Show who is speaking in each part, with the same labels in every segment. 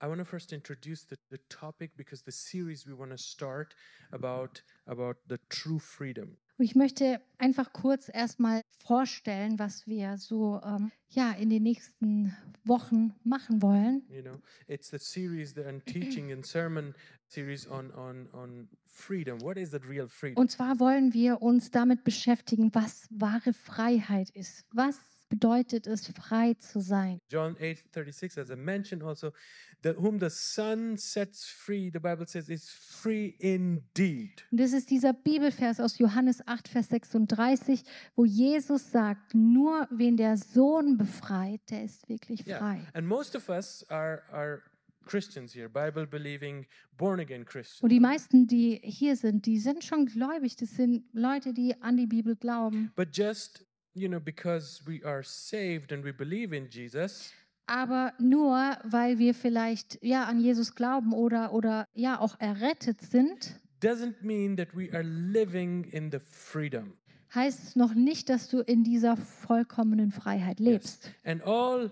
Speaker 1: I want to first introduce the, the topic because the series we want to start about about the true freedom.
Speaker 2: Und ich möchte einfach kurz erstmal vorstellen, was wir so ähm, ja, in den nächsten Wochen machen wollen.
Speaker 1: You know, it's the series that and teaching and sermon series on on on freedom. What is that real freedom?
Speaker 2: Und zwar wollen wir uns damit beschäftigen, was wahre Freiheit ist. Was bedeutet es, frei zu sein?
Speaker 1: John 8:36 as I mentioned also that whom the son sets free the Bible says is free indeed.
Speaker 2: Und das ist dieser Bibelvers aus Johannes 8, Vers 36, wo Jesus sagt, nur wen der Sohn befreit, der ist wirklich frei.
Speaker 1: And most of us are are Christians here, Bible believing born again Christians.
Speaker 2: Und die meisten, die hier sind, die sind schon gläubig. Das sind Leute, die an die Bibel glauben.
Speaker 1: But just you know because we are saved and we believe in Jesus
Speaker 2: Aber nur, weil wir vielleicht ja an Jesus glauben oder oder ja auch errettet sind,
Speaker 1: doesn't mean that we are living in the freedom.
Speaker 2: heißt es noch nicht, dass du in dieser vollkommenen Freiheit lebst.
Speaker 1: And all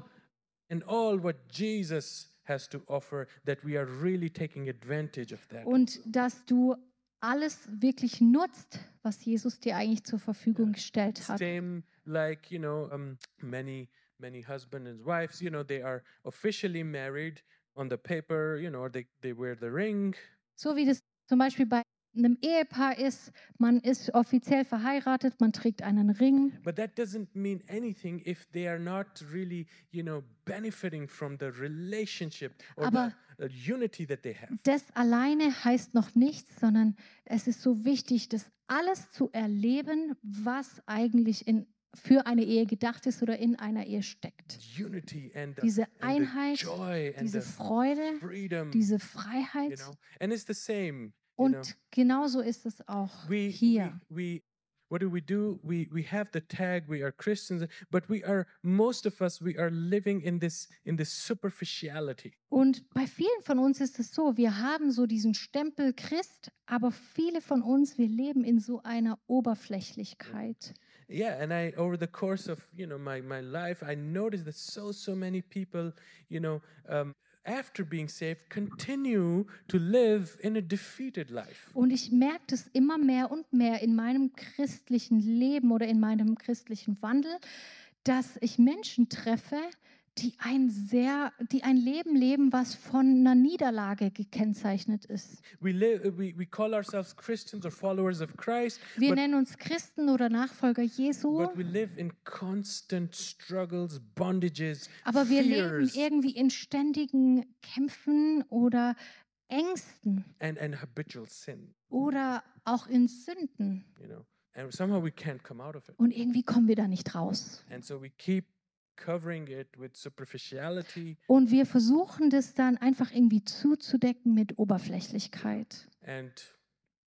Speaker 1: and all what Jesus has to offer that we are really taking advantage of that.
Speaker 2: Und dass du alles wirklich nutzt, was Jesus dir eigentlich zur Verfügung gestellt hat.
Speaker 1: Same like you know um, many many husbands and wives you know they are officially married on the paper you know they they wear the ring
Speaker 2: So wie das zum Beispiel bei einem Ehepaar ist, man ist offiziell verheiratet, man trägt einen Ring,
Speaker 1: but that doesn't mean anything if they are not really you know benefiting from the relationship or
Speaker 2: Aber-
Speaker 1: the uh, unity that they have
Speaker 2: Das alleine heißt noch nichts, sondern es ist so wichtig, das alles zu erleben, was eigentlich in, für eine Ehe gedacht ist oder in einer Ehe steckt.
Speaker 1: Hm. unity and the,
Speaker 2: Diese
Speaker 1: and the
Speaker 2: Einheit,
Speaker 1: joy and
Speaker 2: Diese
Speaker 1: the
Speaker 2: Freude,
Speaker 1: freedom
Speaker 2: diese
Speaker 1: you
Speaker 2: Freiheit.
Speaker 1: know and it's the same you know
Speaker 2: Und genauso ist es auch
Speaker 1: genau. we,
Speaker 2: hier.
Speaker 1: we we what do we do we we have the tag we are christians but we are most of us we are living in this in this superficiality
Speaker 2: Und bei vielen von uns ist es so, wir haben so diesen Stempel Christ, aber viele von uns, wir leben in so einer Oberflächlichkeit.
Speaker 1: yeah and i over the course of you know my my life i noticed that so so many people you know um, after being saved continue to live in a defeated life
Speaker 2: Und ich merke das immer mehr und mehr in meinem christlichen Leben oder in meinem christlichen Wandel, dass ich Menschen treffe, die ein sehr, die ein Leben leben, was von einer Niederlage gekennzeichnet ist.
Speaker 1: we live we, we call ourselves christians or followers of christ
Speaker 2: Wir
Speaker 1: but
Speaker 2: nennen uns Christen oder Nachfolger Jesu,
Speaker 1: But we live in constant struggles, bondages,
Speaker 2: aber wir leben
Speaker 1: fears,
Speaker 2: irgendwie in ständigen Kämpfen oder Ängsten
Speaker 1: and, and habitual sin,
Speaker 2: oder auch in Sünden.
Speaker 1: you know. And somehow we can't come out of it.
Speaker 2: Und irgendwie kommen wir da nicht raus.
Speaker 1: And so we keep covering it with superficiality
Speaker 2: Und wir versuchen das dann einfach irgendwie zuzudecken mit Oberflächlichkeit.
Speaker 1: and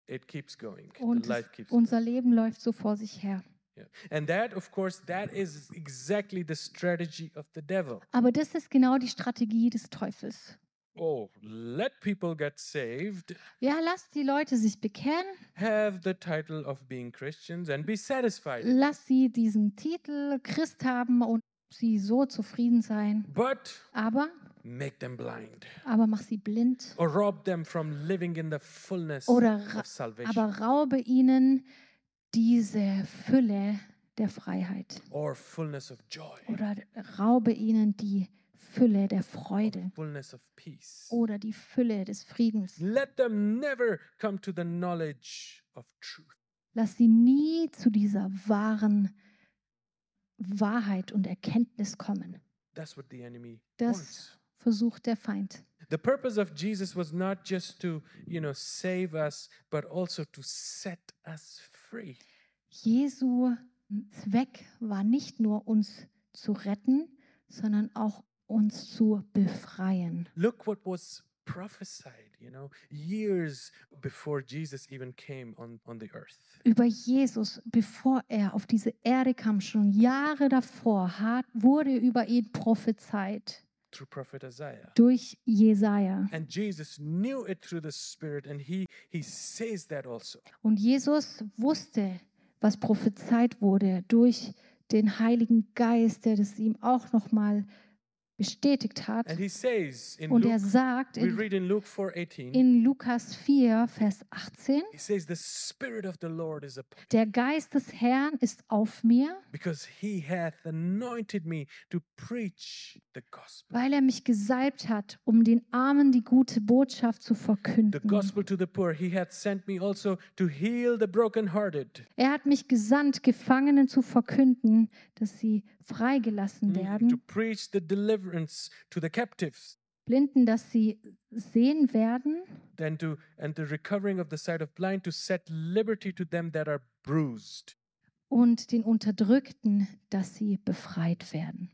Speaker 1: it keeps going.
Speaker 2: Und
Speaker 1: the life keeps
Speaker 2: es, unser Leben läuft so vor sich her.
Speaker 1: going. Yeah. And that, of course, that is exactly the strategy of the devil.
Speaker 2: Aber das ist genau die Strategie des Teufels.
Speaker 1: Oh, let people get saved,
Speaker 2: Ja, lasst die Leute sich bekehren,
Speaker 1: have the title of being Christians, and be satisfied.
Speaker 2: lasst sie diesen Titel Christ haben und sie so zufrieden sein.
Speaker 1: But
Speaker 2: Aber,
Speaker 1: make them blind.
Speaker 2: aber mach sie blind.
Speaker 1: or rob them from living in the fullness
Speaker 2: Oder ra-
Speaker 1: of salvation
Speaker 2: Aber raube ihnen diese Fülle der Freiheit.
Speaker 1: or fullness of joy
Speaker 2: Oder raube ihnen die Fülle der
Speaker 1: or
Speaker 2: Freude.
Speaker 1: fullness of peace
Speaker 2: oder die Fülle des Friedens.
Speaker 1: let them never come to the knowledge of truth
Speaker 2: Lass sie nie zu dieser wahren Wahrheit und Erkenntnis kommen.
Speaker 1: that's what the enemy
Speaker 2: Das-
Speaker 1: wants
Speaker 2: Versucht der Feind.
Speaker 1: the purpose of jesus was not just to you know save us but also to set us free
Speaker 2: Jesu Zweck war nicht nur uns zu retten, sondern auch uns zu befreien.
Speaker 1: look what was prophesied you know years before jesus even came on on the earth
Speaker 2: Über Jesus, bevor er auf diese Erde kam, schon Jahre davor, hat, wurde über ihn prophezeit
Speaker 1: through prophet isaiah
Speaker 2: durch Jesaja.
Speaker 1: and jesus knew it through the spirit and he he says that also
Speaker 2: Und Jesus wusste, was prophezeit wurde durch den Heiligen Geist, der das ihm auch nochmal bestätigt hat.
Speaker 1: And he says in
Speaker 2: Und er
Speaker 1: Luke,
Speaker 2: sagt
Speaker 1: we
Speaker 2: in,
Speaker 1: read in Luke 4:18,
Speaker 2: in Lukas 4, Vers 18,
Speaker 1: he says, The Spirit of the Lord is upon
Speaker 2: der Geist des Herrn ist auf mir,
Speaker 1: because he hath anointed me to preach the gospel.
Speaker 2: weil er mich gesalbt hat, um den Armen die gute Botschaft zu
Speaker 1: The
Speaker 2: verkünden.
Speaker 1: gospel to the poor. He hath sent me also to heal the brokenhearted.
Speaker 2: Er hat mich gesandt, Gefangenen zu verkünden, dass sie freigelassen
Speaker 1: Mm, To
Speaker 2: werden,
Speaker 1: preach the deliverance to the captives,
Speaker 2: Blinden, dass sie sehen werden
Speaker 1: then to and the recovering of the sight of blind, to set liberty to them that are bruised.
Speaker 2: und den Unterdrückten, dass sie befreit werden.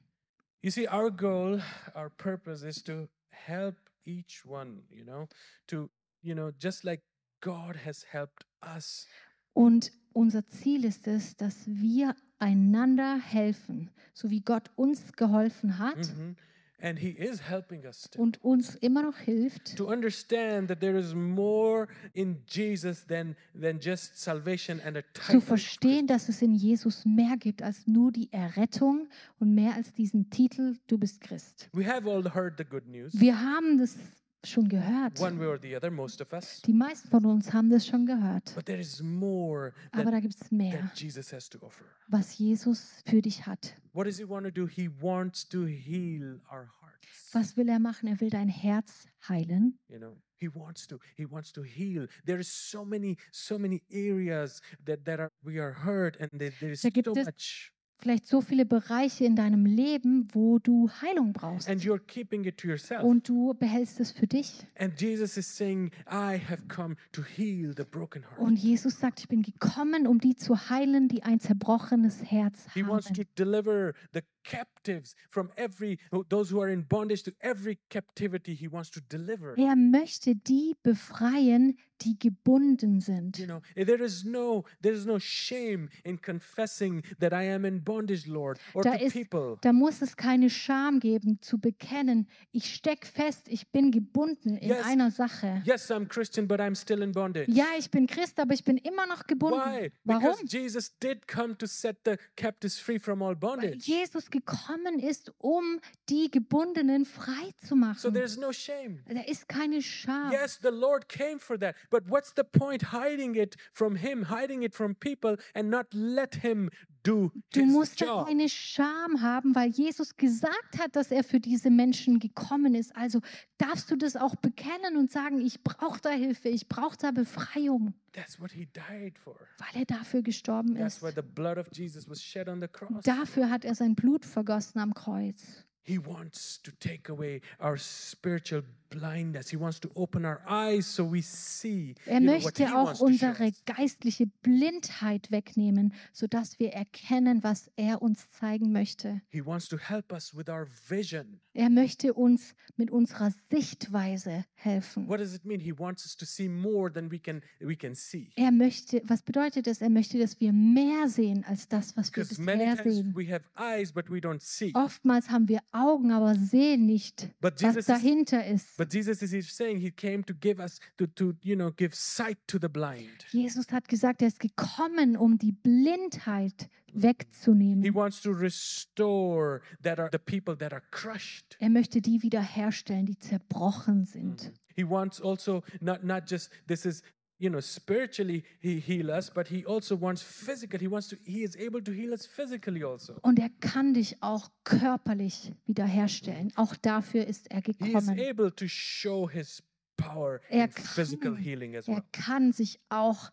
Speaker 1: You see, our goal, our purpose is to help each one, you know, to, you know, just like God has helped us.
Speaker 2: Und unser Ziel ist es, dass wir einander helfen, so wie Gott uns geholfen hat
Speaker 1: Mhm. And He is helping us still.
Speaker 2: und uns immer noch hilft,
Speaker 1: To understand that there is more in Jesus than, than just salvation and a
Speaker 2: zu
Speaker 1: title.
Speaker 2: verstehen, dass es in Jesus mehr gibt als nur die Errettung und mehr als diesen Titel, du bist Christ.
Speaker 1: We have all heard the good news,
Speaker 2: Wir haben das schon gehört.
Speaker 1: one way or the other, most of us.
Speaker 2: Die meisten von uns haben das schon gehört.
Speaker 1: But there is more
Speaker 2: Aber
Speaker 1: that,
Speaker 2: da gibt es mehr,
Speaker 1: that Jesus has to offer.
Speaker 2: was Jesus für dich hat.
Speaker 1: What does He want to do? He wants to heal our hearts.
Speaker 2: Was will er machen? Er will dein Herz heilen.
Speaker 1: you know he wants to he wants to heal there is so many so many areas that that are we are hurt and there, there is
Speaker 2: Da gibt
Speaker 1: so
Speaker 2: es-
Speaker 1: much
Speaker 2: Vielleicht so viele Bereiche in deinem Leben, wo du Heilung brauchst.
Speaker 1: and you're keeping it to yourself
Speaker 2: Und du behältst es für dich.
Speaker 1: and jesus is saying i have come to heal the broken heart
Speaker 2: Und Jesus sagt, ich bin gekommen, um die zu heilen, die ein zerbrochenes Herz
Speaker 1: he wants to
Speaker 2: haben.
Speaker 1: deliver the captives from every who- those who are in bondage to every captivity he wants to deliver
Speaker 2: Er möchte die befreien, die gebunden
Speaker 1: you
Speaker 2: sind.
Speaker 1: know eh, there is no there is no shame in confessing that i am in bondage lord or
Speaker 2: Da
Speaker 1: to
Speaker 2: ist-
Speaker 1: people
Speaker 2: Da muss es keine Scham geben, zu bekennen, ich stecke fest, ich bin gebunden in
Speaker 1: Yes.
Speaker 2: einer Sache.
Speaker 1: yes i'm christian but i'm still in bondage
Speaker 2: Ja, ich bin Christ, aber ich bin immer noch gebunden.
Speaker 1: Why?
Speaker 2: Warum?
Speaker 1: Because Jesus did come to set the captives free from all
Speaker 2: Weil
Speaker 1: bondage.
Speaker 2: Jesus gekommen ist, um die Gebundenen frei zu machen.
Speaker 1: So there's no shame.
Speaker 2: da ist keine Scham.
Speaker 1: Yes, the Lord came for that. But what's the point hiding it from him, hiding it from people and not let him do
Speaker 2: Du
Speaker 1: his
Speaker 2: musst da
Speaker 1: job?
Speaker 2: keine Scham haben, weil Jesus gesagt hat, dass er für diese Menschen gekommen ist. Also darfst du das auch bekennen und sagen, ich brauche da Hilfe, ich brauche da Befreiung,
Speaker 1: That's what he died for.
Speaker 2: weil er dafür gestorben
Speaker 1: That's
Speaker 2: ist.
Speaker 1: why the blood of Jesus was shed on the cross.
Speaker 2: Dafür hat er sein Blut vergossen am Kreuz.
Speaker 1: He wants to take away our spiritual blindness. He wants to open our eyes so we see. you
Speaker 2: Er
Speaker 1: know, what he
Speaker 2: möchte auch
Speaker 1: wants to show
Speaker 2: unsere
Speaker 1: us.
Speaker 2: geistliche Blindheit wegnehmen, sodass wir erkennen, was er uns zeigen möchte.
Speaker 1: He wants to help us with our vision.
Speaker 2: Er möchte uns mit unserer Sichtweise helfen.
Speaker 1: What does it mean? He wants us to see more than we can we can see.
Speaker 2: Er möchte, was bedeutet das? Er möchte, dass wir mehr sehen als das, was wir
Speaker 1: Because many
Speaker 2: bisher
Speaker 1: times
Speaker 2: sehen.
Speaker 1: we have eyes but we don't see.
Speaker 2: Oftmals haben wir Augen, aber sehen nicht,
Speaker 1: But
Speaker 2: was
Speaker 1: Jesus is,
Speaker 2: dahinter ist.
Speaker 1: but Jesus is here saying he came to give us to to you know give sight to the blind.
Speaker 2: Jesus hat gesagt, er ist gekommen, um die Blindheit
Speaker 1: He
Speaker 2: wegzunehmen.
Speaker 1: wants to restore that are the people that are crushed.
Speaker 2: Er möchte die wiederherstellen, die zerbrochen sind.
Speaker 1: He wants also not not just this is you know spiritually he heal us but he also wants physical he wants to he is able to heal us physically also.
Speaker 2: Und er kann dich auch körperlich wiederherstellen. Auch dafür ist er
Speaker 1: Mm. He is
Speaker 2: gekommen.
Speaker 1: able to show his power
Speaker 2: Er
Speaker 1: in physical
Speaker 2: kann-
Speaker 1: healing as well.
Speaker 2: Er kann sich auch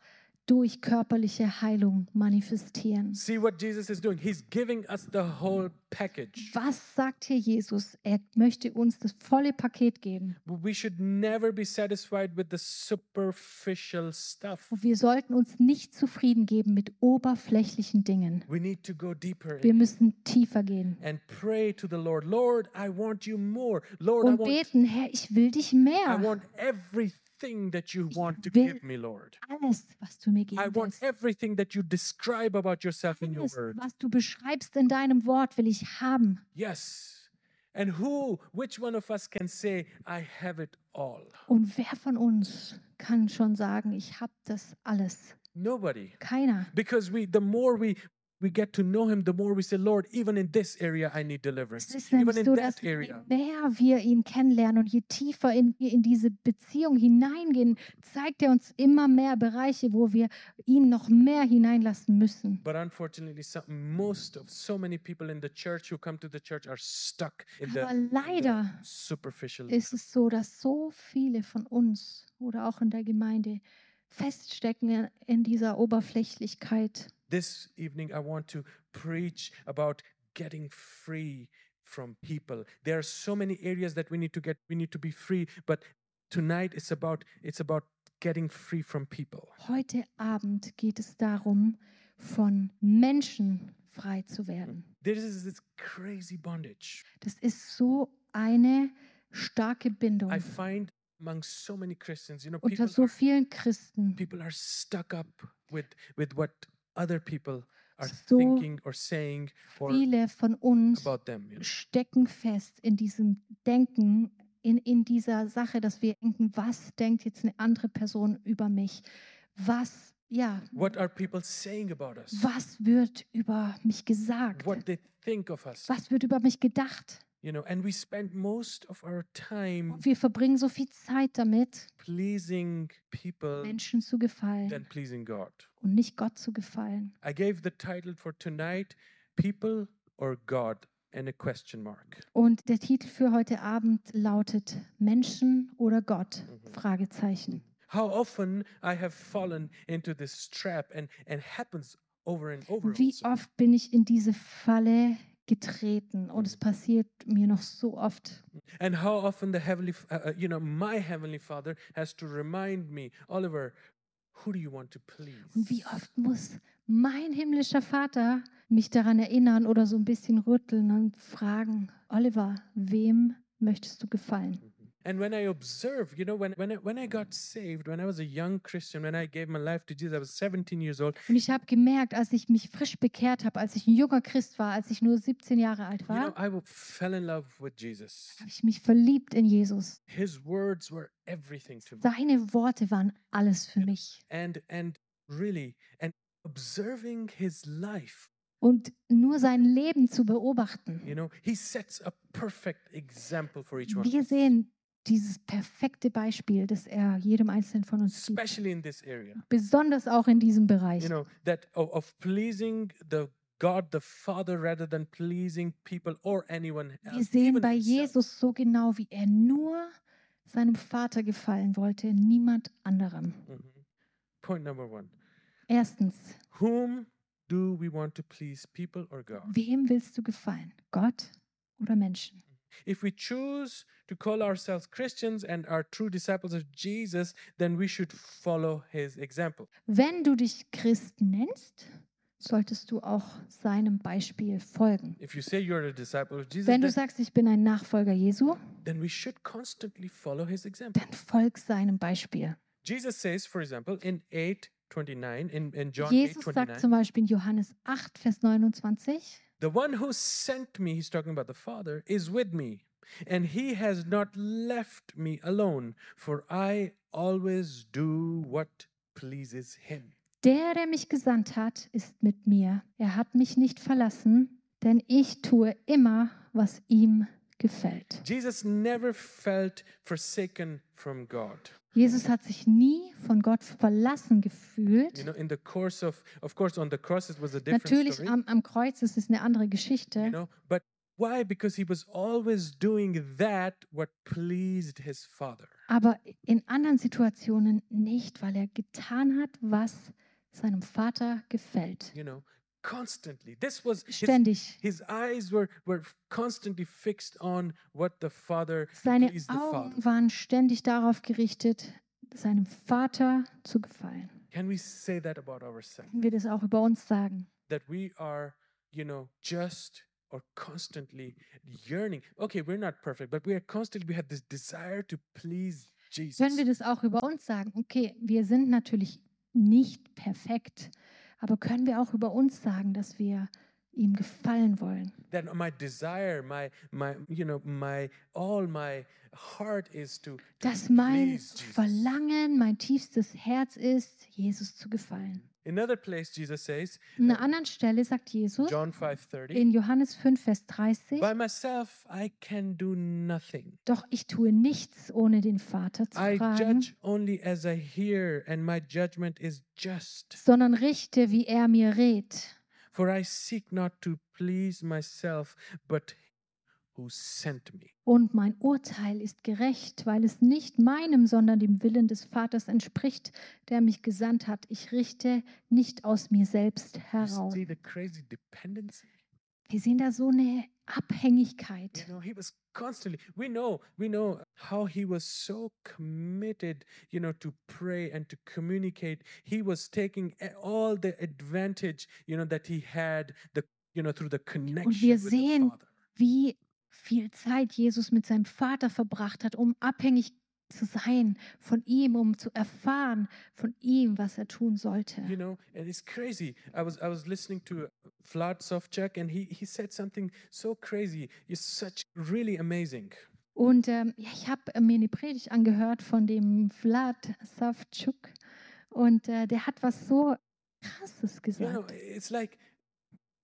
Speaker 2: durch körperliche Heilung manifestieren.
Speaker 1: See what Jesus is doing. He's giving us the whole package.
Speaker 2: Was sagt hier Jesus? Er möchte uns das volle Paket geben.
Speaker 1: We should never be satisfied with the superficial stuff.
Speaker 2: Und wir sollten uns nicht zufrieden geben mit oberflächlichen Dingen.
Speaker 1: We need to go deeper
Speaker 2: Wir müssen tiefer gehen
Speaker 1: and pray to the Lord. Lord, I want you more. Lord, I
Speaker 2: und
Speaker 1: want,
Speaker 2: beten, Herr, ich will dich
Speaker 1: I
Speaker 2: mehr.
Speaker 1: want everything that you want to
Speaker 2: will-
Speaker 1: give me, Lord.
Speaker 2: Alles, was du mir geben
Speaker 1: I want
Speaker 2: willst.
Speaker 1: everything that you describe about yourself in your
Speaker 2: Alles,
Speaker 1: word.
Speaker 2: was du beschreibst in deinem Wort, will ich haben.
Speaker 1: Yes. And who, which one of us can say, I have it all?
Speaker 2: Und wer von uns kann schon sagen, ich habe das alles?
Speaker 1: Nobody.
Speaker 2: Keiner.
Speaker 1: Because we, the more we we get to know him, the more we say, Lord, even in this area, I need
Speaker 2: Es
Speaker 1: deliverance.
Speaker 2: ist
Speaker 1: Even
Speaker 2: nämlich
Speaker 1: in
Speaker 2: so, dass
Speaker 1: that
Speaker 2: je
Speaker 1: area.
Speaker 2: mehr wir ihn kennenlernen und je tiefer in, wir in diese Beziehung hineingehen, zeigt er uns immer mehr Bereiche, wo wir ihn noch mehr hineinlassen müssen.
Speaker 1: But unfortunately, some, most of so many people in the church who come to the church are stuck in the,
Speaker 2: Aber
Speaker 1: in the
Speaker 2: leider
Speaker 1: superficial.
Speaker 2: ist es so, dass so viele von uns oder auch in der Gemeinde feststecken in- in dieser Oberflächlichkeit.
Speaker 1: This evening, I want to preach about getting free from people. There are so many areas that we need to get, we need to be free. But tonight, it's about it's about getting free from people.
Speaker 2: Heute Abend geht es darum, von Menschen frei zu werden.
Speaker 1: There is this crazy bondage.
Speaker 2: Das ist so eine starke Bindung.
Speaker 1: I find among so many Christians, you know, people
Speaker 2: unter so
Speaker 1: are,
Speaker 2: vielen Christen.
Speaker 1: people are stuck up with with what other people are
Speaker 2: So
Speaker 1: thinking or saying or
Speaker 2: Viele von uns
Speaker 1: about them. You know.
Speaker 2: stecken fest in diesem Denken, in, in dieser Sache, dass wir denken, was denkt jetzt eine andere Person über mich? Was, ja,
Speaker 1: What are people saying about us?
Speaker 2: was wird über mich gesagt?
Speaker 1: What they think of us?
Speaker 2: Was wird über mich gedacht?
Speaker 1: You know, and we spend most of our time
Speaker 2: Und wir verbringen so viel Zeit damit,
Speaker 1: pleasing people
Speaker 2: Menschen zu
Speaker 1: than
Speaker 2: gefallen
Speaker 1: pleasing God.
Speaker 2: und nicht Gott zu gefallen.
Speaker 1: I gave the title for tonight, "People or God?" and a question mark.
Speaker 2: Und der Titel für heute Abend lautet Menschen oder Gott?
Speaker 1: Mhm.
Speaker 2: Fragezeichen.
Speaker 1: How often I have fallen into this trap and and happens over and over.
Speaker 2: Wie
Speaker 1: also.
Speaker 2: oft bin ich in diese Falle getreten und es passiert mir noch so oft.
Speaker 1: And how often the heavenly, F- uh, uh, you know, my heavenly Father has to remind me, Oliver, who do you want to
Speaker 2: Und
Speaker 1: please?
Speaker 2: wie oft muss mein himmlischer Vater mich daran erinnern oder so ein bisschen rütteln und fragen, Oliver, wem möchtest du gefallen?
Speaker 1: And when I observe, you know, when when I, when I got saved, when I was a young Christian, when I gave my life to Jesus, I was 17 years old.
Speaker 2: Und ich habe gemerkt, als ich mich frisch bekehrt habe, als ich ein junger Christ war, als ich nur 17 Jahre alt
Speaker 1: You know,
Speaker 2: war,
Speaker 1: I w- fell in love with Jesus.
Speaker 2: habe ich mich verliebt in Jesus.
Speaker 1: His words were everything to me.
Speaker 2: Seine Worte waren alles für mich.
Speaker 1: And and really, and observing his life,
Speaker 2: Und nur sein Leben zu beobachten.
Speaker 1: you know, he sets a perfect example for each one, of
Speaker 2: Wir
Speaker 1: us,
Speaker 2: sehen dieses perfekte Beispiel, das er jedem Einzelnen von uns gibt.
Speaker 1: especially in this area.
Speaker 2: Besonders auch in diesem Bereich.
Speaker 1: you know that of, of pleasing the god the father rather than pleasing people or anyone
Speaker 2: Wir
Speaker 1: else
Speaker 2: sehen
Speaker 1: even
Speaker 2: bei
Speaker 1: himself.
Speaker 2: Jesus so genau, wie er nur seinem Vater gefallen wollte, niemand anderem.
Speaker 1: Mhm. point number one
Speaker 2: Erstens,
Speaker 1: whom do we want to please people or god
Speaker 2: wem willst du gefallen? Gott oder Menschen?
Speaker 1: if we choose to call ourselves christians and are true disciples of jesus then we should follow his example
Speaker 2: Wenn du dich Christ nennst, solltest du auch seinem Beispiel folgen.
Speaker 1: if you say you're a disciple of jesus
Speaker 2: Wenn du
Speaker 1: then,
Speaker 2: sagst, ich bin ein Nachfolger Jesu,
Speaker 1: then we should constantly follow his example
Speaker 2: dann folg seinem Beispiel.
Speaker 1: jesus says for example in 8 29 in, in john 8
Speaker 2: Jesus
Speaker 1: 29
Speaker 2: sagt zum Beispiel in Johannes 8, Vers 29,
Speaker 1: The one who sent me, he's talking about the Father, is with me, and he has not left me alone, for I always do what pleases him.
Speaker 2: der, der mich gesandt hat, ist mit mir. Er hat mich nicht verlassen, denn ich tue immer, was ihm gefällt.
Speaker 1: Jesus never felt forsaken from God.
Speaker 2: Jesus hat sich nie von Gott verlassen
Speaker 1: You
Speaker 2: gefühlt.
Speaker 1: know, in the course of, of course, on the cross, it was a different
Speaker 2: Natürlich
Speaker 1: story.
Speaker 2: am, am Kreuz ist es eine andere
Speaker 1: you
Speaker 2: Geschichte,
Speaker 1: know, but why? Because he was always doing that what pleased his Father.
Speaker 2: aber in anderen Situationen nicht, weil er getan hat, was seinem Vater gefällt.
Speaker 1: You know, constantly. This was his
Speaker 2: Ständig.
Speaker 1: His eyes were, were constantly fixed on what the Father
Speaker 2: Seine
Speaker 1: pleased the Father.
Speaker 2: Augen waren ständig darauf gerichtet, seinem Vater zu gefallen.
Speaker 1: Can we say that about ourselves?
Speaker 2: Können wir das auch über uns sagen?
Speaker 1: That we are, you know, just or constantly yearning. Okay, we're not perfect, but we are constantly, we have this desire to please Jesus.
Speaker 2: Können wir das auch über uns sagen? Okay, wir sind natürlich nicht perfekt, aber können wir auch über uns sagen, dass wir ihm gefallen wollen?
Speaker 1: That my desire, my, my, you know, my, all my heart is to, to
Speaker 2: Dass mein
Speaker 1: please Jesus.
Speaker 2: Verlangen, mein tiefstes Herz ist, Jesus zu gefallen.
Speaker 1: Another place Jesus says,
Speaker 2: An einer anderen Stelle sagt Jesus
Speaker 1: John 5:30,
Speaker 2: in Johannes 5, Vers 30,
Speaker 1: by myself I can do nothing.
Speaker 2: doch ich tue nichts, ohne den Vater zu
Speaker 1: I
Speaker 2: fragen,
Speaker 1: judge only as I hear, and my judgment is just.
Speaker 2: sondern richte, wie er mir rät.
Speaker 1: For I seek not to please myself, but him who sent me.
Speaker 2: Und mein Urteil ist gerecht, weil es nicht meinem, sondern dem Willen des Vaters entspricht, der mich gesandt hat. Ich richte nicht aus mir selbst
Speaker 1: You
Speaker 2: heraus.
Speaker 1: see the crazy dependency?
Speaker 2: Wir sehen da so eine
Speaker 1: You
Speaker 2: Abhängigkeit.
Speaker 1: know, he was constantly, we know, we know how he was so committed, you know, to pray and to communicate. He was taking a- all the advantage, you know, that he had, the, you know, through the connection with the
Speaker 2: sehen-
Speaker 1: Father.
Speaker 2: Wie viel Zeit Jesus mit seinem Vater verbracht hat, um abhängig zu sein von ihm, um zu erfahren von ihm, was er tun
Speaker 1: You
Speaker 2: sollte.
Speaker 1: know, and it's crazy. I was I was listening to Vlad Sovchak, and he he said something so crazy. It's such really amazing.
Speaker 2: Und ähm, ja, ich habe äh, mir eine Predigt angehört von dem Vlad Savchuk und äh, der hat was so Krasses
Speaker 1: You know,
Speaker 2: gesagt.
Speaker 1: it's like,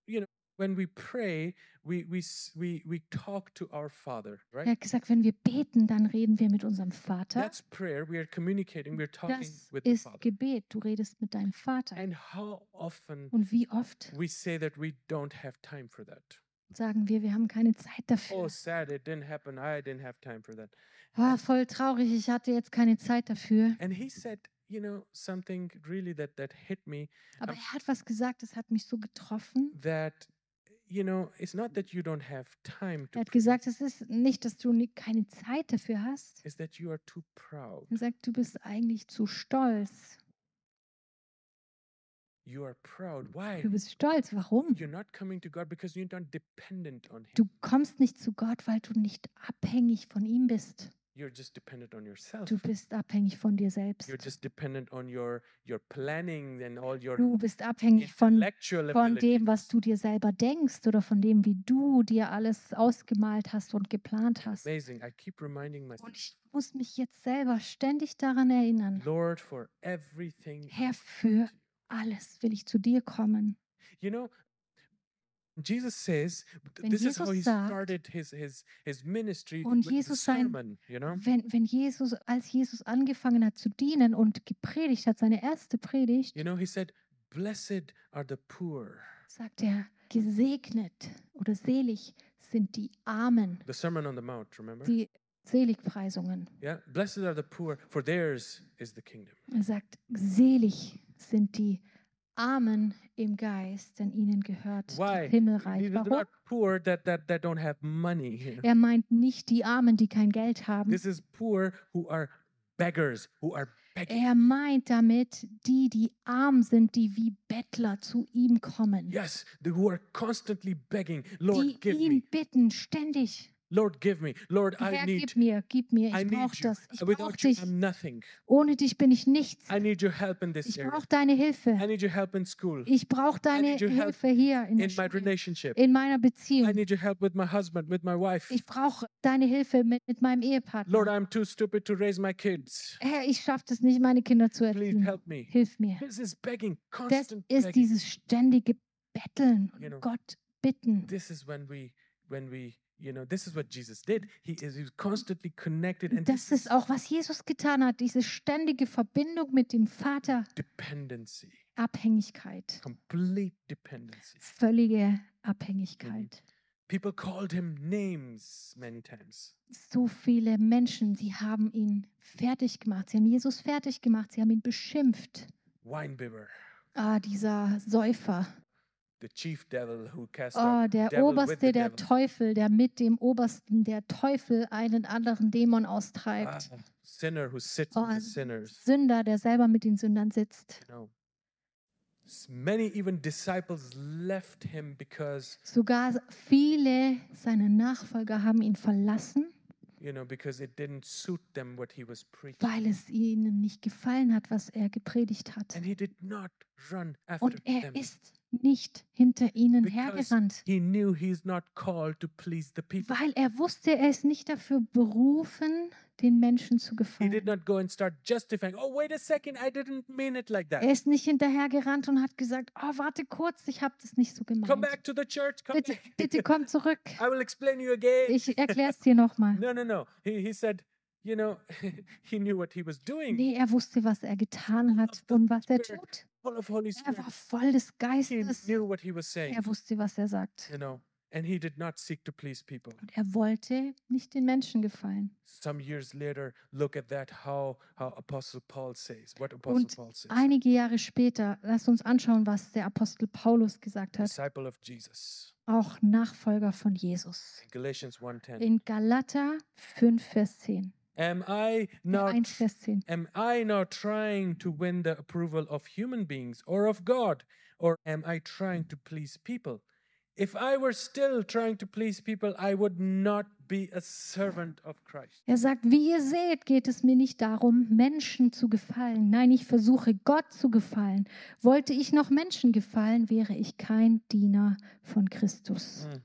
Speaker 1: you know, when we pray, we we s- we we talk to our Father, right?
Speaker 2: Er hat gesagt, wenn wir beten, dann reden wir mit unserem Vater.
Speaker 1: That's prayer. We are communicating. We are talking
Speaker 2: Das
Speaker 1: with the
Speaker 2: ist
Speaker 1: Father.
Speaker 2: Gebet. Du redest mit deinem Vater.
Speaker 1: And how often
Speaker 2: Und wie oft
Speaker 1: we say that we don't have time for that.
Speaker 2: sagen wir, wir haben keine Zeit
Speaker 1: Oh,
Speaker 2: dafür.
Speaker 1: sad, it didn't happen. I didn't have time for that.
Speaker 2: Ah, voll traurig, ich hatte jetzt keine Zeit dafür.
Speaker 1: And he said, you know, something really that that hit me
Speaker 2: Aber
Speaker 1: Ähm,
Speaker 2: er hat was gesagt, das hat mich so getroffen.
Speaker 1: that you know, it's not that you don't have time to
Speaker 2: Er hat
Speaker 1: pray,
Speaker 2: gesagt, es ist nicht, dass du ni- keine Zeit dafür hast.
Speaker 1: it's that you are too proud.
Speaker 2: Er sagt, du bist eigentlich zu stolz.
Speaker 1: You are proud. Why?
Speaker 2: Du bist stolz. Warum?
Speaker 1: You're not coming to God because you're not dependent on Him.
Speaker 2: Du kommst nicht zu Gott, weil du nicht abhängig von ihm bist.
Speaker 1: You're just dependent on yourself.
Speaker 2: Du bist abhängig von dir selbst.
Speaker 1: You're just dependent on your your planning and all your
Speaker 2: Du bist abhängig von,
Speaker 1: intellectual
Speaker 2: von dem,
Speaker 1: abilities.
Speaker 2: was du dir selber denkst oder von dem, wie du dir alles ausgemalt hast und geplant hast.
Speaker 1: Amazing. I keep reminding myself,
Speaker 2: Und ich muss mich jetzt selber ständig daran erinnern.
Speaker 1: Lord, for everything. I
Speaker 2: Herr,
Speaker 1: give
Speaker 2: für
Speaker 1: to
Speaker 2: alles will ich zu dir kommen.
Speaker 1: you." You know, Jesus says th-
Speaker 2: Wenn
Speaker 1: this is how
Speaker 2: Jesus
Speaker 1: he
Speaker 2: sagt-
Speaker 1: started his his his ministry
Speaker 2: Und
Speaker 1: with the
Speaker 2: Jesus sein-
Speaker 1: sermon, you know.
Speaker 2: Wenn, wenn Jesus, als Jesus angefangen hat zu dienen und gepredigt hat, seine erste Predigt,
Speaker 1: You know, he said, Blessed are the poor.
Speaker 2: sagt er, gesegnet oder selig sind die Armen,
Speaker 1: The Sermon on the Mount, remember?
Speaker 2: die Seligpreisungen.
Speaker 1: Yeah. Blessed are the poor, for theirs is the kingdom.
Speaker 2: Er sagt, selig sind die Armen im Geist, denn ihnen gehört
Speaker 1: Why?
Speaker 2: das Himmelreich.
Speaker 1: These are
Speaker 2: Warum?
Speaker 1: not poor that, that, that don't have money. You know?
Speaker 2: Er meint nicht die Armen, die kein Geld haben.
Speaker 1: This is poor who are beggars, who are begging.
Speaker 2: Er meint damit die, die arm sind, die wie Bettler zu ihm kommen.
Speaker 1: Yes, the, who are constantly begging. Lord,
Speaker 2: die
Speaker 1: give
Speaker 2: ihn
Speaker 1: me.
Speaker 2: bitten ständig.
Speaker 1: Lord, give me. Lord, I
Speaker 2: Herr,
Speaker 1: need.
Speaker 2: gib mir, gib mir,
Speaker 1: I
Speaker 2: ich brauche
Speaker 1: need you.
Speaker 2: das. Ich brauche
Speaker 1: Without you,
Speaker 2: dich.
Speaker 1: I'm nothing.
Speaker 2: Ohne dich bin ich nichts.
Speaker 1: I need your help in this
Speaker 2: Ich
Speaker 1: area.
Speaker 2: brauche deine
Speaker 1: I
Speaker 2: Hilfe.
Speaker 1: need your help in school,
Speaker 2: Ich brauche deine
Speaker 1: need your help
Speaker 2: Hilfe hier in, der
Speaker 1: in my
Speaker 2: Schule,
Speaker 1: relationship.
Speaker 2: in meiner
Speaker 1: I
Speaker 2: Beziehung.
Speaker 1: need your help with my husband, with my wife.
Speaker 2: Ich brauche deine Hilfe mit, mit meinem
Speaker 1: Lord,
Speaker 2: Ehepartner.
Speaker 1: I'm too stupid to raise my kids.
Speaker 2: Herr, ich schaffe es nicht, meine Kinder zu
Speaker 1: Please
Speaker 2: erziehen.
Speaker 1: help me.
Speaker 2: Hilf mir.
Speaker 1: This is begging,
Speaker 2: Das
Speaker 1: constant
Speaker 2: ist
Speaker 1: begging.
Speaker 2: dieses ständige Betteln
Speaker 1: You know,
Speaker 2: und Gott bitten.
Speaker 1: this is when we when we you know this is what jesus did he is he's constantly connected and
Speaker 2: Das
Speaker 1: this
Speaker 2: ist auch, was Jesus getan hat, diese ständige Verbindung mit dem Vater,
Speaker 1: dependency
Speaker 2: Abhängigkeit.
Speaker 1: complete dependency
Speaker 2: völlige Abhängigkeit.
Speaker 1: people called him names many times
Speaker 2: So viele Menschen, sie haben ihn fertig gemacht. Sie haben Jesus fertig gemacht. Sie haben ihn beschimpft.
Speaker 1: winebibber
Speaker 2: Ah, dieser Säufer.
Speaker 1: the chief devil who cast
Speaker 2: Ah,
Speaker 1: out
Speaker 2: der
Speaker 1: devil with
Speaker 2: Oberste
Speaker 1: Oh, the
Speaker 2: der
Speaker 1: devil.
Speaker 2: Teufel, der mit dem Obersten der Teufel einen anderen Dämon austreibt.
Speaker 1: Ah, sinner who sits
Speaker 2: Oh,
Speaker 1: with the
Speaker 2: also
Speaker 1: sinners
Speaker 2: Sünder, der selber mit den Sündern sitzt.
Speaker 1: you know S- many even disciples left him because
Speaker 2: Sogar viele seiner Nachfolger haben ihn verlassen,
Speaker 1: you know because it didn't suit them what he was preaching
Speaker 2: weil es ihnen nicht gefallen hat, was er gepredigt hat.
Speaker 1: and he did not run after
Speaker 2: Und er
Speaker 1: them
Speaker 2: ist nicht hinter ihnen
Speaker 1: because
Speaker 2: hergerannt,
Speaker 1: he knew he's not called to please the people.
Speaker 2: weil er wusste, er ist nicht dafür berufen, den Menschen zu
Speaker 1: He did
Speaker 2: gefallen.
Speaker 1: not go and start justifying, oh, wait a second, I didn't mean it like
Speaker 2: Er
Speaker 1: that.
Speaker 2: ist nicht hinterhergerannt und hat gesagt, oh, warte kurz, ich habe das nicht so
Speaker 1: Come
Speaker 2: gemeint.
Speaker 1: back to the church, come
Speaker 2: Bitte,
Speaker 1: back.
Speaker 2: bitte komm zurück.
Speaker 1: I will explain you again.
Speaker 2: Ich erkläre es dir nochmal.
Speaker 1: No, no, no. He, he said, you know, he knew what he was doing.
Speaker 2: Nee, er wusste, was er getan hat Genau. und was er tut.
Speaker 1: Full of Holy
Speaker 2: Er
Speaker 1: Spirit.
Speaker 2: war voll des
Speaker 1: He
Speaker 2: Geistes.
Speaker 1: knew what he was saying,
Speaker 2: Er wusste, was er sagt.
Speaker 1: you know, and he did not seek to please people.
Speaker 2: Und er wollte nicht den Menschen gefallen.
Speaker 1: Some years later, look at that, how, how Apostle Paul says, what Apostle
Speaker 2: Und
Speaker 1: Paul says,
Speaker 2: Einige Jahre später, lasst uns anschauen, was der Apostel Paulus gesagt hat,
Speaker 1: disciple of Jesus.
Speaker 2: auch Nachfolger von Jesus.
Speaker 1: In Galatians 1.10.
Speaker 2: In Galater 5, Vers 10.
Speaker 1: Am I
Speaker 2: Äh,
Speaker 1: now
Speaker 2: 1, Vers 10.
Speaker 1: am I now trying to win the approval of human beings or of God? Or am I trying to please people? If I were still trying to please people, I would not be a servant of Christ.
Speaker 2: Er sagt, wie ihr seht, geht es mir nicht darum, Menschen zu gefallen. Nein, ich versuche Gott zu gefallen. Wollte ich noch Menschen gefallen, wäre ich kein Diener von Christus.
Speaker 1: Mm.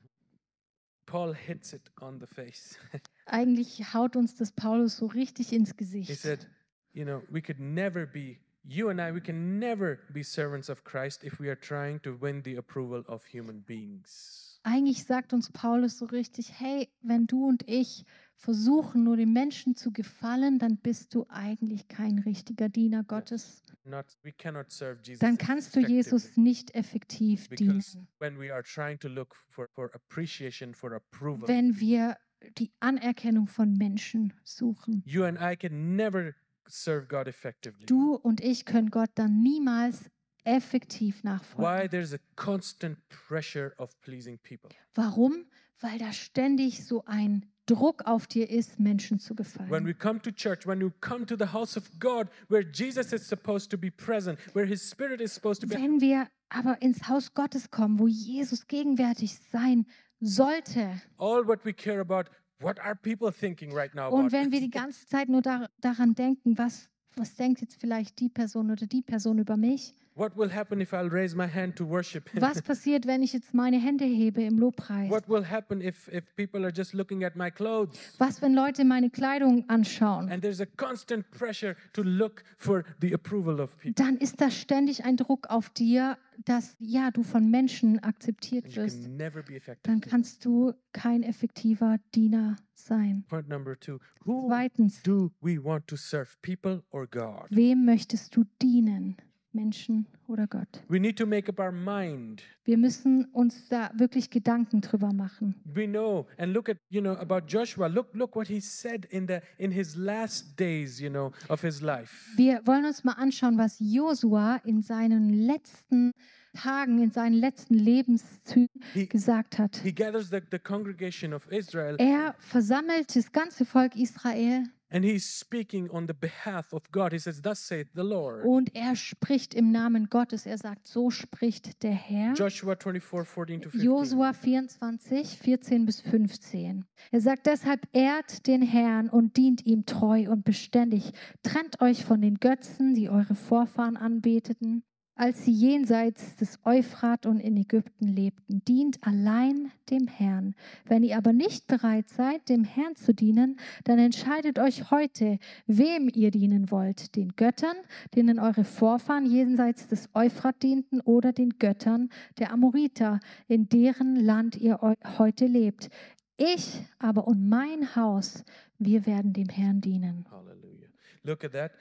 Speaker 1: Paul hits it on the face.
Speaker 2: Eigentlich haut uns das Paulus so richtig ins
Speaker 1: he
Speaker 2: Gesicht.
Speaker 1: said, You know, we could never be, you and I, we can never be servants of Christ if we are trying to win the approval of human beings.
Speaker 2: Eigentlich sagt uns Paulus so richtig, hey, wenn du und ich versuchen, nur den Menschen zu gefallen, dann bist du eigentlich kein richtiger Diener Gottes.
Speaker 1: Not, we cannot serve Jesus.
Speaker 2: Dann kannst du
Speaker 1: effectively.
Speaker 2: Jesus nicht effektiv dienen.
Speaker 1: Because when we are trying to look for, for appreciation, for approval,
Speaker 2: wenn wir die Anerkennung von Menschen suchen.
Speaker 1: you and I can never serve God effectively.
Speaker 2: Du und ich können Gott dann niemals effektiv
Speaker 1: Why
Speaker 2: nachfolgen.
Speaker 1: there's a constant pressure of pleasing people.
Speaker 2: Warum? Weil da ständig so ein Druck auf dir ist, Menschen zu
Speaker 1: When
Speaker 2: gefallen.
Speaker 1: we come to church, when you come to the house of God, where Jesus is supposed to be present, where His Spirit is supposed to be,
Speaker 2: Wenn wir aber ins Haus Gottes kommen, wo Jesus gegenwärtig sein sollte,
Speaker 1: all what we care about, what are people thinking right now about
Speaker 2: und wenn wir
Speaker 1: us?
Speaker 2: die ganze Zeit nur dar daran denken, was, was denkt jetzt vielleicht die Person oder die Person über mich,
Speaker 1: What will happen if I'll raise my hand to worship Him?
Speaker 2: was passiert, wenn ich jetzt meine Hände hebe im Lobpreis?
Speaker 1: What will happen if, if people are just looking at my clothes?
Speaker 2: Was, wenn Leute meine Kleidung anschauen?
Speaker 1: And there's a constant pressure to look for the approval of people.
Speaker 2: Dann ist da ständig ein Druck auf dir, dass ja, du von Menschen akzeptiert
Speaker 1: And you
Speaker 2: wirst.
Speaker 1: can never be effective.
Speaker 2: Dann kannst du kein effektiver Diener sein.
Speaker 1: Point number two Who
Speaker 2: Zweitens,
Speaker 1: do we want to serve, people or God?
Speaker 2: wem möchtest du dienen? Menschen oder Gott?
Speaker 1: We need to make up our mind.
Speaker 2: Wir müssen uns da wirklich Gedanken drüber machen.
Speaker 1: We know and look at you know about Joshua. Look look what he said in the in his last days, you know, of his life.
Speaker 2: Wir wollen uns mal anschauen, was Josua in seinen letzten Tagen, in seinen letzten Lebenszügen
Speaker 1: He
Speaker 2: gesagt hat.
Speaker 1: he gathers the, the congregation of Israel
Speaker 2: Er versammelt das ganze Volk Israel
Speaker 1: and he's speaking on the behalf of God. He says, Thus saith the Lord.
Speaker 2: Und er spricht im Namen Gottes. Er sagt, so spricht der Herr.
Speaker 1: Joshua 24, 14 to 15.
Speaker 2: Josua 24, 14 bis 15. Er sagt deshalb, ehrt den Herrn und dient ihm treu und beständig. Trennt euch von den Götzen, die eure Vorfahren anbeteten, als sie jenseits des Euphrat und in Ägypten lebten. Dient allein dem Herrn. Wenn ihr aber nicht bereit seid, dem Herrn zu dienen, dann entscheidet euch heute, wem ihr dienen wollt. Den Göttern, denen eure Vorfahren jenseits des Euphrat dienten, oder den Göttern der Amoriter, in deren Land ihr eu- heute lebt. Ich aber und mein Haus, wir werden dem Herrn dienen.
Speaker 1: Hallelujah. Look at that.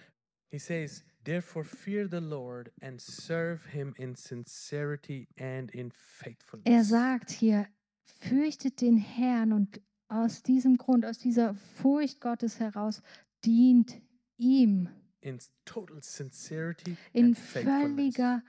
Speaker 1: He says, Therefore, fear the Lord and serve him in sincerity and in
Speaker 2: Er
Speaker 1: faithfulness.
Speaker 2: sagt hier, fürchtet den Herrn und aus diesem Grund, aus dieser Furcht Gottes heraus, dient ihm
Speaker 1: In s- total sincerity
Speaker 2: in
Speaker 1: and faithfulness.
Speaker 2: völliger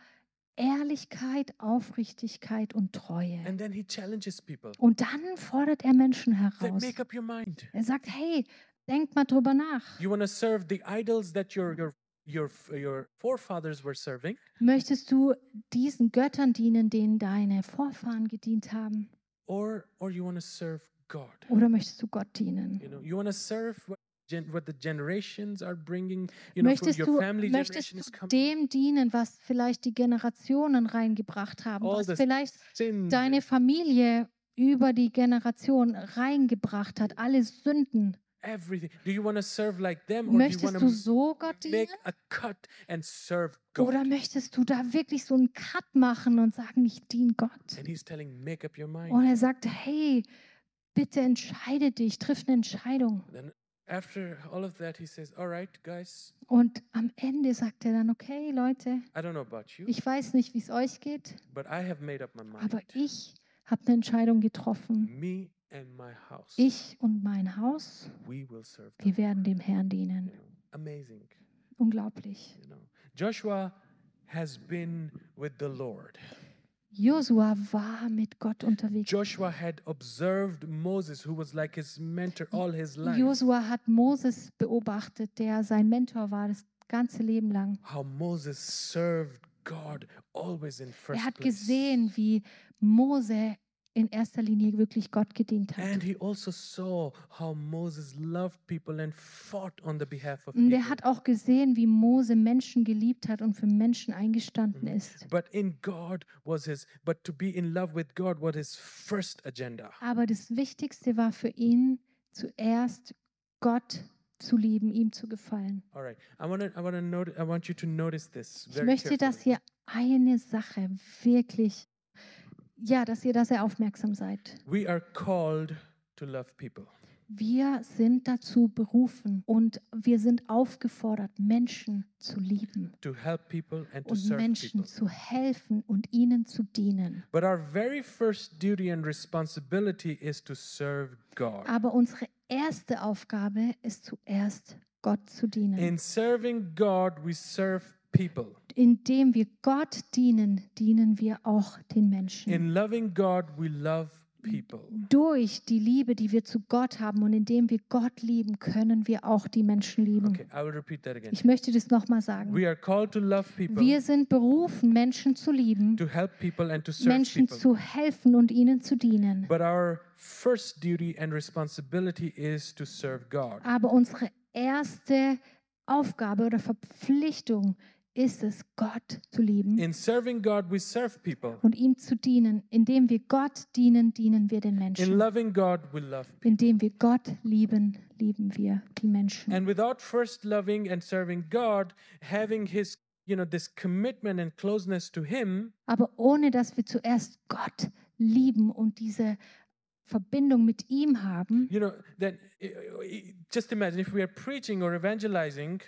Speaker 2: Ehrlichkeit, Aufrichtigkeit und Treue.
Speaker 1: And then he challenges people.
Speaker 2: Und dann fordert er Menschen
Speaker 1: Then
Speaker 2: heraus.
Speaker 1: make up your mind.
Speaker 2: Er sagt, hey, denkt mal drüber nach.
Speaker 1: You want to serve the idols that your your your f- your forefathers were serving,
Speaker 2: Möchtest du diesen Göttern dienen, denen deine Vorfahren gedient haben?
Speaker 1: or or you want to serve God.
Speaker 2: Oder möchtest du Gott dienen?
Speaker 1: You know, you want to serve what gen- what the generations are bringing. You know, for
Speaker 2: Möchtest
Speaker 1: your
Speaker 2: du,
Speaker 1: family
Speaker 2: möchtest
Speaker 1: generation
Speaker 2: du
Speaker 1: is coming.
Speaker 2: dem dienen, was vielleicht die Generationen reingebracht haben,
Speaker 1: All
Speaker 2: was
Speaker 1: this
Speaker 2: vielleicht
Speaker 1: Sin,
Speaker 2: deine Familie über die Generation reingebracht hat, alle Sünden.
Speaker 1: everything. Do you want to serve like them, or do you
Speaker 2: Möchtest
Speaker 1: want
Speaker 2: du
Speaker 1: to
Speaker 2: so Gott dienen?
Speaker 1: make a cut and serve God?
Speaker 2: Oder möchtest du da wirklich so einen Cut machen und sagen, ich diene Gott?
Speaker 1: And He's telling, make up your mind.
Speaker 2: Und er sagt, hey, bitte entscheide dich, triff eine Entscheidung.
Speaker 1: Then after all of that, he says, "All right, guys,
Speaker 2: Und am Ende sagt er dann, okay, Leute,
Speaker 1: I don't know about you,
Speaker 2: ich weiß nicht, wie es euch geht,
Speaker 1: but I have made up my mind.
Speaker 2: aber ich habe eine Entscheidung getroffen.
Speaker 1: Me and my house,
Speaker 2: Ich und mein Haus,
Speaker 1: we will serve them."
Speaker 2: wir werden dem Herrn dienen.
Speaker 1: You know, amazing,
Speaker 2: Unglaublich.
Speaker 1: you know. Joshua has been with the Lord.
Speaker 2: Josua war mit Gott unterwegs.
Speaker 1: Joshua had observed Moses, who was like his mentor all his life.
Speaker 2: Josua hat Moses beobachtet, der sein Mentor war das ganze Leben lang.
Speaker 1: How Moses served God always in first
Speaker 2: Er hat
Speaker 1: place.
Speaker 2: gesehen, wie Mose in erster Linie wirklich Gott gedient
Speaker 1: And
Speaker 2: hat.
Speaker 1: he also saw how Moses loved people and fought on the behalf of
Speaker 2: Und
Speaker 1: people.
Speaker 2: er hat auch gesehen, wie Mose Menschen geliebt hat und für Menschen eingestanden
Speaker 1: Mhm.
Speaker 2: ist.
Speaker 1: But in God was his, but to be in love with God was his first agenda.
Speaker 2: Aber das Wichtigste war für ihn, zuerst Gott zu lieben, ihm zu gefallen.
Speaker 1: All right, I want to, I want to note, I want you to notice this.
Speaker 2: Ich
Speaker 1: very
Speaker 2: möchte, dass
Speaker 1: carefully.
Speaker 2: ihr eine Sache wirklich, ja, dass ihr da sehr aufmerksam seid.
Speaker 1: We are called to love people.
Speaker 2: Wir sind dazu berufen und wir sind aufgefordert, Menschen zu lieben
Speaker 1: to help people and to
Speaker 2: und
Speaker 1: serve
Speaker 2: Menschen
Speaker 1: people.
Speaker 2: zu helfen und ihnen zu dienen.
Speaker 1: But our very first duty and responsibility is to serve God.
Speaker 2: Aber unsere erste Aufgabe ist zuerst Gott zu dienen.
Speaker 1: In serving God, we serve people.
Speaker 2: Indem wir Gott dienen, dienen wir auch den Menschen.
Speaker 1: In loving God, we love people.
Speaker 2: Mm-hmm. Durch die Liebe, die wir zu Gott haben und indem wir Gott lieben, können wir auch die Menschen lieben.
Speaker 1: Okay, I will repeat that again.
Speaker 2: Ich möchte das nochmal sagen.
Speaker 1: We are called to love people,
Speaker 2: Wir sind berufen, Menschen zu lieben,
Speaker 1: to help people, and to serve
Speaker 2: Menschen
Speaker 1: people.
Speaker 2: zu helfen und ihnen zu dienen.
Speaker 1: But our first duty and responsibility is to serve God.
Speaker 2: Aber unsere erste Aufgabe oder Verpflichtung ist es, Gott zu lieben
Speaker 1: In serving God, we serve people.
Speaker 2: und ihm zu dienen. Indem wir Gott dienen, dienen wir den
Speaker 1: In
Speaker 2: Menschen.
Speaker 1: loving God, we love
Speaker 2: Indem wir Gott lieben, lieben wir die Menschen.
Speaker 1: And without first loving and serving God, having his, you know, this commitment and closeness to him,
Speaker 2: Aber ohne dass wir zuerst Gott lieben und diese Verbindung mit ihm haben,
Speaker 1: you know, then i- i- just imagine if we are preaching or evangelizing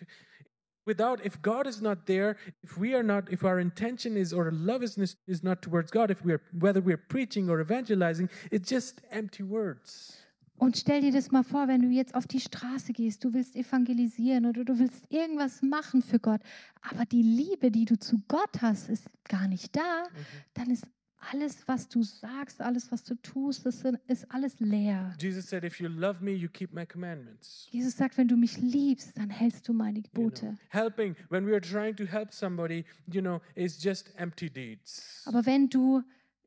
Speaker 1: without if God is not there, if we are not if our intention is or love is, n- is not towards God, if we are whether we are preaching or evangelizing, it's just empty words.
Speaker 2: Und stell dir das mal vor, wenn du jetzt auf die Straße gehst, du willst evangelisieren oder du willst irgendwas machen für Gott, aber die Liebe, die du zu Gott hast, ist gar nicht da, dann ist alles, was du sagst, alles, was du tust, das sind- ist alles leer.
Speaker 1: Jesus said, if you love me, you keep my commandments.
Speaker 2: Jesus sagt, wenn du mich liebst, dann hältst du meine
Speaker 1: You know,
Speaker 2: Gebote.
Speaker 1: helping when we are trying to help somebody, you know, is just empty deeds.
Speaker 2: Aber wenn du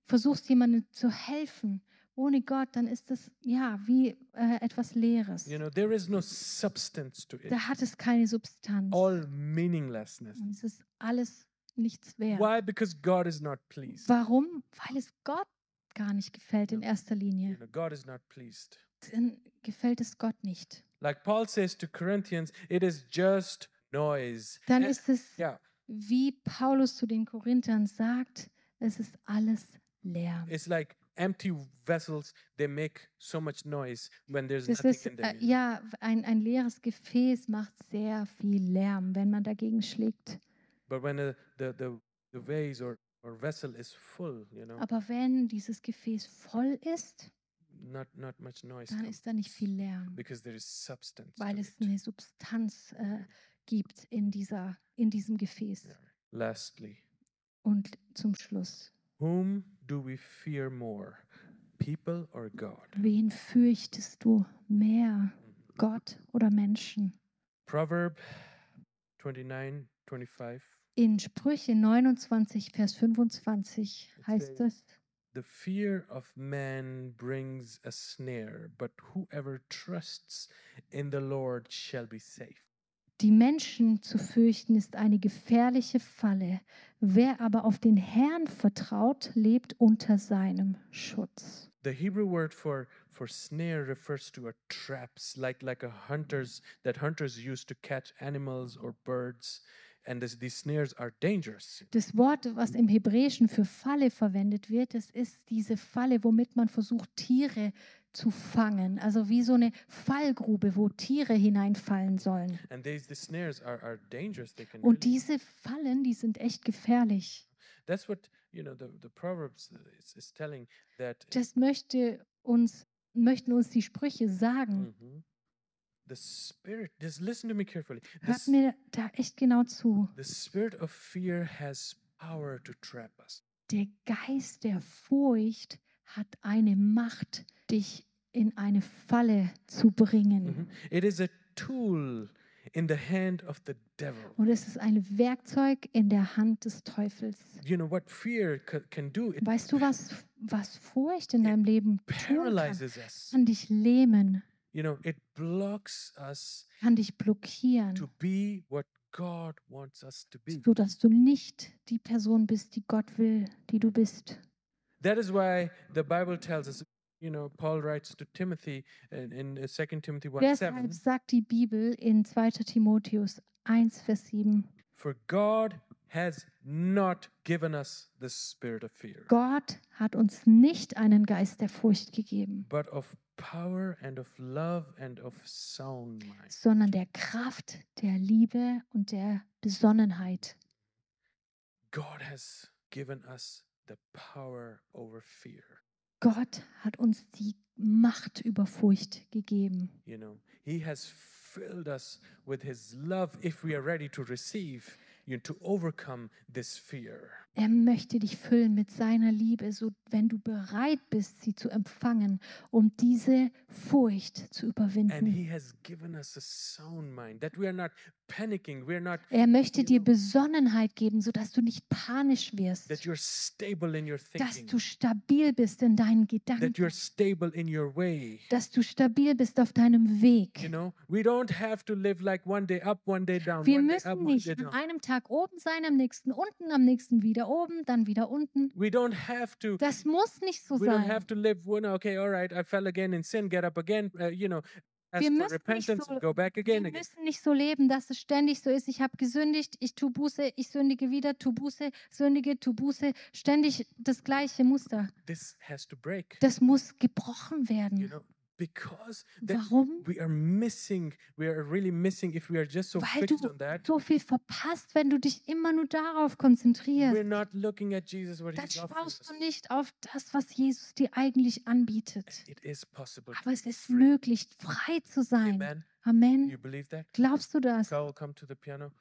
Speaker 2: versuchst, jemandem zu helfen, ohne Gott, dann ist das ja wie äh, etwas Leeres.
Speaker 1: You know, there is no substance to it.
Speaker 2: Da hat es keine Substanz.
Speaker 1: All meaninglessness.
Speaker 2: Und Es ist alles nichts wert.
Speaker 1: Why? Because God is not pleased.
Speaker 2: Warum? Weil es Gott gar nicht gefällt in erster
Speaker 1: You
Speaker 2: Linie.
Speaker 1: know, God is not pleased.
Speaker 2: Dann gefällt es Gott nicht.
Speaker 1: Like Paul says to Corinthians, it is just noise.
Speaker 2: Dann
Speaker 1: And-
Speaker 2: ist es,
Speaker 1: yeah,
Speaker 2: wie Paulus zu den Korinthern sagt, es ist alles leer.
Speaker 1: it's like empty vessels. They make so much noise when there's
Speaker 2: Das
Speaker 1: nothing
Speaker 2: ist,
Speaker 1: in them.
Speaker 2: äh,
Speaker 1: you know.
Speaker 2: ja, ein, ein leeres Gefäß macht sehr viel Lärm, wenn man dagegen schlägt.
Speaker 1: But when uh, the the the vase or or vessel is full, you know,
Speaker 2: Aber wenn dieses Gefäß voll ist,
Speaker 1: not not much noise.
Speaker 2: dann
Speaker 1: comes
Speaker 2: ist da nicht viel Lärm,
Speaker 1: because there is substance. to
Speaker 2: weil es
Speaker 1: it.
Speaker 2: eine Substanz äh, gibt in, dieser, in diesem Gefäß.
Speaker 1: Yeah. Lastly,
Speaker 2: Und zum Schluss.
Speaker 1: Whom do we fear more, people or God?
Speaker 2: Wen fürchtest du mehr, Gott oder Menschen?
Speaker 1: Proverb 29 25.
Speaker 2: In Sprüche 29, Vers 25 heißt
Speaker 1: very-
Speaker 2: es,
Speaker 1: The fear of man brings a snare, but whoever trusts in the Lord shall be safe.
Speaker 2: Die Menschen zu fürchten ist eine gefährliche Falle. Wer aber auf den Herrn vertraut, lebt unter seinem Schutz.
Speaker 1: The Hebrew word for, for snare refers to a traps, like, like a hunters that hunters use to catch animals or birds. And this, these snares are dangerous.
Speaker 2: Das Wort, was im Hebräischen für Falle verwendet wird, das ist diese Falle, womit man versucht, Tiere zu fangen. Also wie so eine Fallgrube, wo Tiere hineinfallen sollen.
Speaker 1: And these the snares are, are dangerous. They can really-
Speaker 2: Und diese Fallen, die sind echt gefährlich.
Speaker 1: that's what you know the, the Proverbs uh, is, is telling that
Speaker 2: Das möchte uns, möchten uns die Sprüche sagen.
Speaker 1: Mhm. the spirit just listen to me carefully. The
Speaker 2: Hört
Speaker 1: s-
Speaker 2: mir da echt genau zu.
Speaker 1: The spirit of fear has power to trap us.
Speaker 2: Der Geist der Furcht hat eine Macht, dich in eine Falle zu bringen.
Speaker 1: Mhm. It is a tool in the hand of the devil.
Speaker 2: Und es ist ein Werkzeug in der Hand des Teufels.
Speaker 1: You know what fear c- can do? It
Speaker 2: Weißt du, was, was Furcht in deinem Leben tun kann?
Speaker 1: paralyzes us.
Speaker 2: Kann dich lähmen,
Speaker 1: You know, it blocks us
Speaker 2: kann dich blockieren,
Speaker 1: to be what God wants us to be.
Speaker 2: sodass du nicht die Person bist, die Gott will, die du bist.
Speaker 1: That is why the Bible tells us, you know, Paul writes to Timothy in, in uh, 2 Timothy 1 7.
Speaker 2: Deshalb sagt die Bibel in 2. Timotheus 1, Vers 7,
Speaker 1: For God has not given us the spirit of fear,
Speaker 2: Gott hat uns nicht einen Geist der Furcht gegeben,
Speaker 1: but of power and of love and of sound mind.
Speaker 2: sondern der Kraft, der Liebe und der Besonnenheit.
Speaker 1: God has given us the power over fear.
Speaker 2: Gott hat uns die Macht über Furcht gegeben.
Speaker 1: You know, He has filled us with His love if we are ready to receive, you know, to overcome this fear.
Speaker 2: Er möchte dich füllen mit seiner Liebe, so wenn du bereit bist, sie zu empfangen, um diese Furcht zu
Speaker 1: And
Speaker 2: überwinden.
Speaker 1: He has given us a sound mind that we are not panicking, we are not.
Speaker 2: Er möchte
Speaker 1: you
Speaker 2: dir
Speaker 1: know,
Speaker 2: Besonnenheit geben, sodass du nicht panisch
Speaker 1: that
Speaker 2: wirst,
Speaker 1: you're stable in your
Speaker 2: dass
Speaker 1: thinking,
Speaker 2: du stabil bist in deinen
Speaker 1: that
Speaker 2: Gedanken,
Speaker 1: you're stable in your way.
Speaker 2: dass du stabil bist auf deinem
Speaker 1: You
Speaker 2: Weg.
Speaker 1: know, we don't have to live like one day up, one day down.
Speaker 2: Wir
Speaker 1: one day up,
Speaker 2: müssen
Speaker 1: one
Speaker 2: nicht
Speaker 1: day
Speaker 2: an
Speaker 1: down.
Speaker 2: einem Tag oben sein, am nächsten unten, am nächsten wieder oben, dann wieder unten.
Speaker 1: We don't have to.
Speaker 2: Das muss nicht so
Speaker 1: We don't
Speaker 2: sein.
Speaker 1: have to live. Well, no, okay, all right. I fell again in sin. Get up again. Uh, you know, ask
Speaker 2: Wir müssen
Speaker 1: for
Speaker 2: nicht
Speaker 1: repentance.
Speaker 2: so-
Speaker 1: and go back
Speaker 2: Wir
Speaker 1: again. again.
Speaker 2: müssen nicht so leben, dass es ständig so ist. Ich habe gesündigt, ich tu Buße, ich sündige wieder, tu Buße, sündige, tu Buße. Ständig das gleiche Muster.
Speaker 1: This has to break.
Speaker 2: Das muss gebrochen
Speaker 1: You
Speaker 2: werden.
Speaker 1: know, because that
Speaker 2: Warum?
Speaker 1: we are missing. We are really missing if we are just so
Speaker 2: Weil
Speaker 1: fixed on
Speaker 2: du
Speaker 1: that.
Speaker 2: so viel verpasst, wenn du dich immer nur darauf
Speaker 1: We're
Speaker 2: konzentrierst.
Speaker 1: not looking at Jesus. What
Speaker 2: Dann
Speaker 1: he's offering
Speaker 2: schaust du
Speaker 1: us.
Speaker 2: nicht auf das, was Jesus dir eigentlich anbietet.
Speaker 1: It is possible. to
Speaker 2: Aber es
Speaker 1: be
Speaker 2: ist
Speaker 1: free.
Speaker 2: möglich, frei zu sein.
Speaker 1: Amen. You
Speaker 2: Amen.
Speaker 1: believe that?
Speaker 2: Glaubst du das?
Speaker 1: Carl, come to the piano.